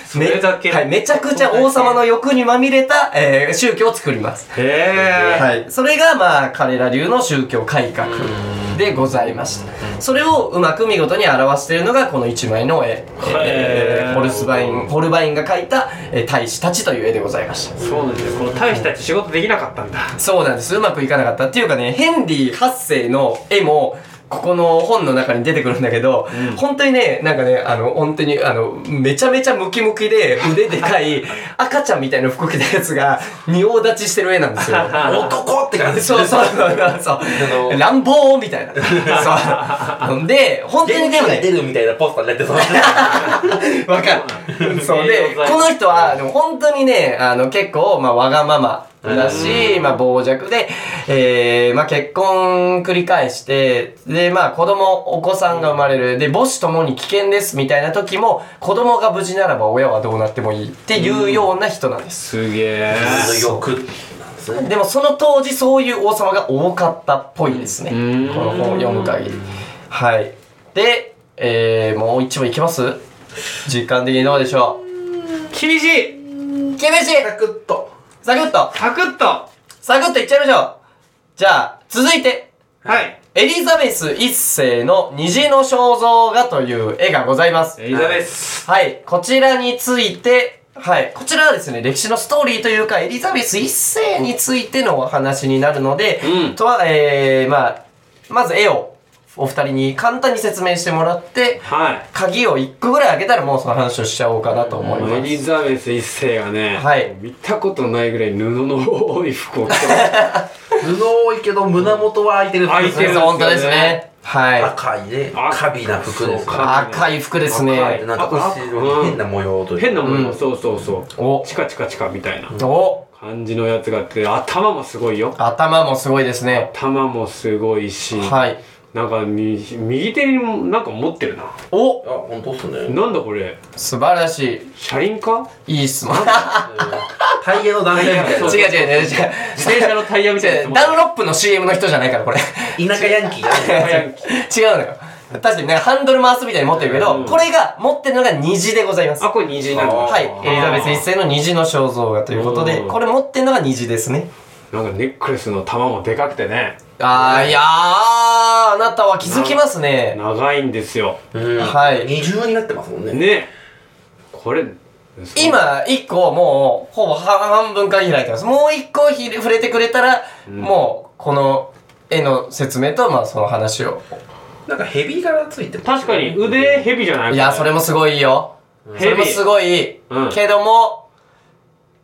それだけめはい、めちゃくちゃ王様の欲にまみれた、えー、宗教を作ります。へえはい。それが、まあ、彼ら流の宗教改革でございました。それをうまく見事に表しているのがこの一枚の絵。えーホルスバイン、ホルバインが描いた、えー大使たちという絵でございました。そうなんですよこの大使たち仕事できなかったんだそうなんです。うまくいかなかった。っていうかね、ヘンリー8世の絵も、ここの本の中に出てくるんだけど、本当にね、なんかね、あの、本当に、あの、めちゃめちゃムキムキで、腕でか い、赤ちゃんみたいな服着たやつが、仁王立ちしてる絵なんです よ。男って感じそうそうそうそうあの乱暴みたいな。そう。で、本当現にで金もが出ね、るみたいなポスターになってそう わかる。そう栄で、養剤この人は、でも本当にね、あの、結構、まあ、わがままだし、まあ、傍若で、えー、まあ、結婚繰り返して、で、まあ、子供、お子さんが生まれる、で、母子ともに危険です、みたいな時も、子供が無事ならば親はどうなってもいいっていうような人なんです。すげえ 欲なんですねでもその当時そういう王様が多かったっぽいですね。こうんの本を読む限り。はい。で、えー、もう一問いきます実感的にどうでしょ厳しいう厳しいサクッとサクッとサクッとはサクッといっちゃいましょうじゃあ、続いて、いエリザベス一世の虹の肖像画という絵がございます。エリザベスはい、こちらについて、はい、こちらはですね、歴史のストーリーというか、エリザベス一世についてのお話になるので、うんとは、えー、まあ、まず絵をお二人に簡単に説明してもらって、はい鍵を一個ぐらい開けたらもうその話をしちゃおうかなと思いまエリす。ザベス一世がね、はい見たことないぐらい布の多い服を着てました布多いけど胸元は開いてる開いてるそう本当ですね。は赤いであカビな服ですそうい。かね赤い服です赤ねい。なんかあ後ろに変な模 様という変なもの、うんそうそうそうおチカチカチカみたいなお感じのやつがあって頭もすごいよ頭もすごいですね。頭もすごいし、はい。なんかみ右手にもなんか持ってるなおあ本当っすねなんだこれ素晴らし車輪かい。いい質問。タイヤの段階みたい違う違う違なう違う。自転車のタイヤみた い なやつ持ってダンロップの CM の人じゃないから、これ。田舎ヤンキーがるねタイヤみたい違うのよ。確かになんかハンドル回すみたいに持ってるけど、うんこれが持ってるのが虹でございます。なあはこれ虹なんだあーい。エリザベス一世の虹の肖像画ということでう、んこれ持ってるのが虹ですね。なんかネックレスの玉もでかくてねあー、いやー、あなたは気づきますね。長いんですようん はい二重になってますもんねねこれ今、一個もう、ほぼ半分から開いてます。もう一個ひ触れてくれたら、んもう、この絵の説明と、まあ、その話を。なんかヘビ柄ついてます確かに腕ヘビじゃないいや、それもすごいよ。そヘれもビすごい、うんけども、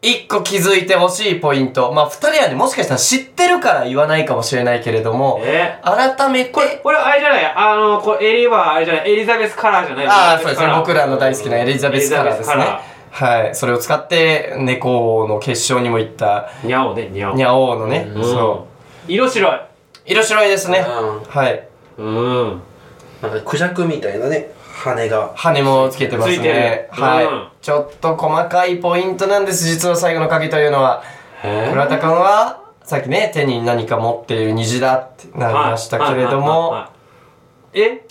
一個気づいてほしいポイント。まあ、二人はね、もしかしたら知ってるから言わないかもしれないけれども、え改めこれて、これあれじゃないあのこれエリはあれじゃないエリザベスカラーじゃないああ、エそリうですザベスカね。ラー僕らの大好きなエリザベスカラーですエリねザベスカラ。はい。それを使って、猫の決勝にも行った、にゃおねにゃおニャオーのね、うんそ。色白いう色白いですね。うはい。うんんなんかクジャクみたいなね羽が羽もつけてますついてるね。はい、うんちょっと細かいポイントなんです、実は最後の鍵というのは。え村田君はさっきね手に何か持っている虹だってなりましたけれどもはいはいはいはいえ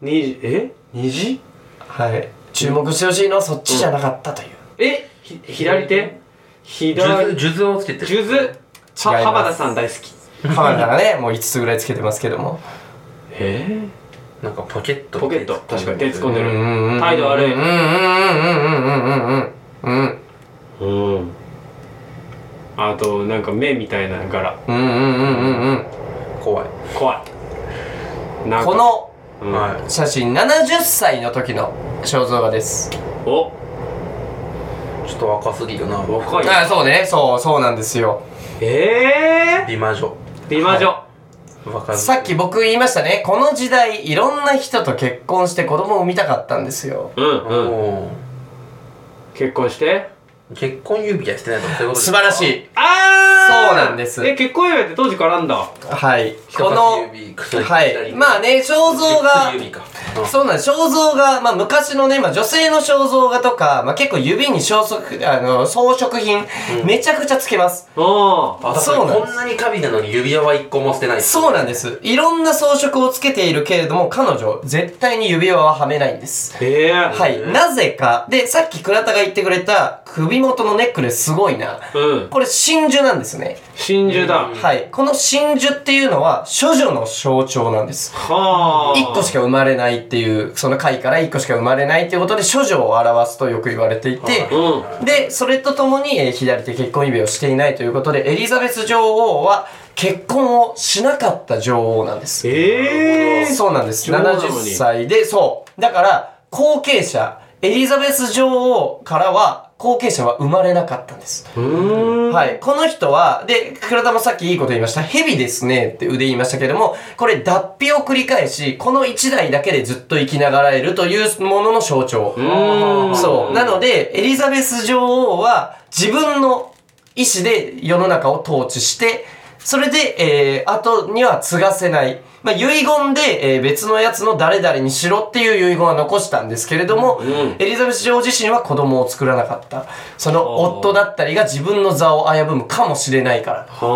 にえ虹はい注目してほしいのはそっちじゃなかったというえひ左手数珠左数珠をつけて数珠違いますは浜田さん大好き浜田がねもう5つぐらいつけてますけどもえーなんかポケットポケット確かに手突っ込んでうんうんうんる態度悪いうんうんうんうんうんうんうんあとなんか目みたいな柄うんうんうんうんうんうん怖い怖いなんかこのうんは写真70歳の時の肖像画ですおいちょっと若すぎるな若いああそうねそうそうなんですよええ美魔女美魔女若すぎさっき僕言いましたねこの時代いろんな人と結婚して子供を産みたかったんですようんうんも結婚してう結婚指輪してないとかそういうこと素晴らしいいあーそうなんですえ結婚指輪って当時からなんだはい。ここのの、指薬はい。まあね、肖像画、薬指かそうなんです。肖像画、まあ昔のね、まあ女性の肖像画とか、まあ結構指に装飾、あの、装飾品、めちゃくちゃつけます。おーあだかそらうなんですこんなにカビなのに指輪は一個も捨てないそうなんすです。いろんな装飾をつけているけれども、彼女、絶対に指輪ははめないんです。ええはい。なぜか、で、さっき倉田が言ってくれた首元のネックレスすごいな。うんこれ真珠なんですね。真珠だ。はい。この真珠っていうのは、処女の象徴なんです。はあ。一個しか生まれないっていう、その貝から一個しか生まれないっていうことで、処女を表すとよく言われていて、うん。で、それとともに、えー左手結婚指輪をしていないということで、エリザベス女王は結婚をしなかった女王なんです。ええー。そうなんです。女王なのに70歳で、そう。だから、後継者、エリザベス女王からは、後継者は生まれなかったんです。うーん。はい。この人は、で、倉田もさっきいいこと言いました。蛇ですねって腕言いましたけども、これ脱皮を繰り返し、この1台だけでずっと生きながらえるというものの象徴。ーんそう。なので、エリザベス女王は自分の意志で世の中を統治して、それで、えー、後には継がせない。まあ、遺言で、えー別のやつの誰々にしろっていう遺言は残したんですけれども、んエリザベス女王自身は子供を作らなかった。その夫だったりが自分の座を危ぶむかもしれないから。はあ。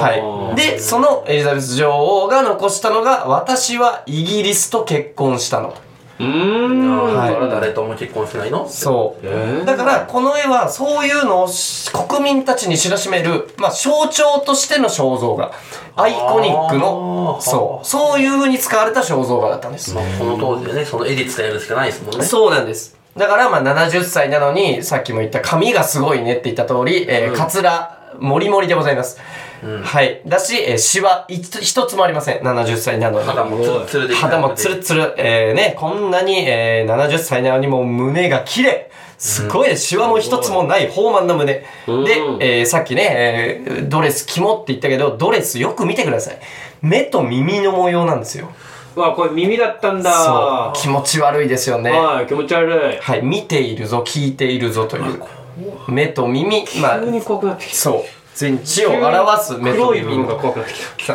はい。で、そのエリザベス女王が残したのが、私はイギリスと結婚したの。うーだん。はいから誰とも結婚しないのそう。えーだから、この絵は、そういうのをし国民たちに知らしめる、まあ、象徴としての肖像画。アイコニックのあ、ーそう。そういう風に使われた肖像画だったんですま。あ、その当時でね、その絵で伝えるしかないですもんね。そうなんです。だから、まあ、70歳なのに、さっきも言った、髪がすごいねって言った通り、えー、カツラ、もりもりでございます。はい。だし、えー、シワ、一つ一つもありません。70歳なのに。肌もツルツルで肌も ツルツル、えー、ね、こんなに、えー、70歳なのにもう胸が綺麗すごいね、シワも一つもない豊満な胸。で、うんえー、さっきね、えー、ドレス肝って言ったけど、ドレスよく見てください。目と耳の模様なんですよ。うわ、これ耳だったんだ。そう。気持ち悪いですよね。はい、気持ち悪い。はい、見ているぞ、聞いているぞという。目と耳、まあ急、に怖くなってきた。そう。全知を表す目と黒い部耳分のが怖くなってきやだやだ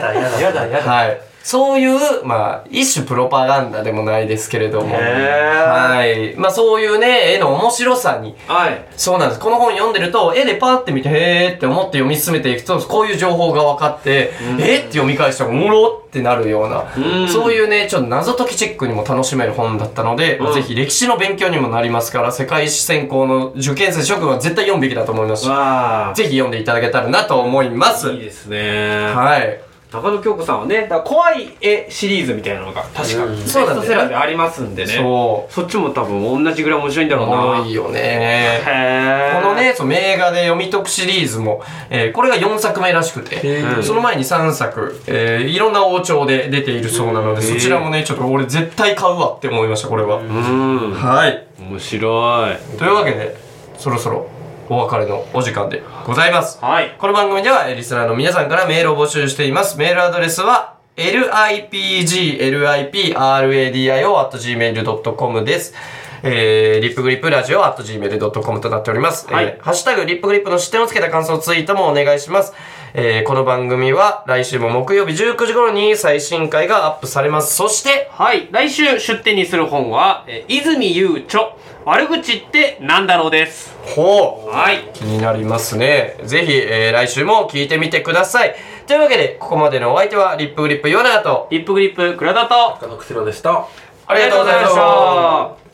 た。やだやだ。はい。そういう、まあ、一種プロパガンダでもないですけれども。へはい。まあ、そういうね、絵の面白さに。はい。そうなんです。この本読んでると、絵でパーって見て、へーって思って読み進めていくと、こういう情報が分かって、えーって読み返したら、おもろってなるよううんな、そういうね、ちょっと謎解きチェックにも楽しめる本だったので、うんぜひ歴史の勉強にもなりますから、世界史専攻の受験生諸君は絶対読むべきだと思いますし、わあ。ぜひ読んでいただけたらなと思います。いいですね。はい。中野京子さんはね、だから怖い絵シリーズみたいなのが確かうんベスそうなんだよトセラーでありますんでね。そそっちも多分同じぐらい面白いんだう。ろおうもな。ろいよね。へーこのね、そう、名画で読み解くシリーズも、えーこれが4作目らしくて、ーその前に3作、えーいろんな王朝で出ているそうなので、へーそちらもね、ちょっと俺絶対買うわって思いました、これは。うんはい。面白いというわけで、そろそろお別れのお時間でございます。はいこの番組では、えーリスナーの皆さんからメールを募集しています。メールアドレスは、lipg,lipradio.gmail.com です。えー、リップグリップラジオ .gmail.com となっております。はいえーハッシュタグ、リップグリップの視点をつけた感想ツイートもお願いします。えー、この番組は来週も木曜日19時頃に最新回がアップされます。そして、はい来週出展にする本は「えー泉悠著悪口ってなんだろう」ですほうはい気になりますね。ぜひ、えー来週も聞いてみてください。というわけで、ここまでのお相手は、リップグリップヨナと、リップグリップ倉田と他のくせろでした。ありがとうございました。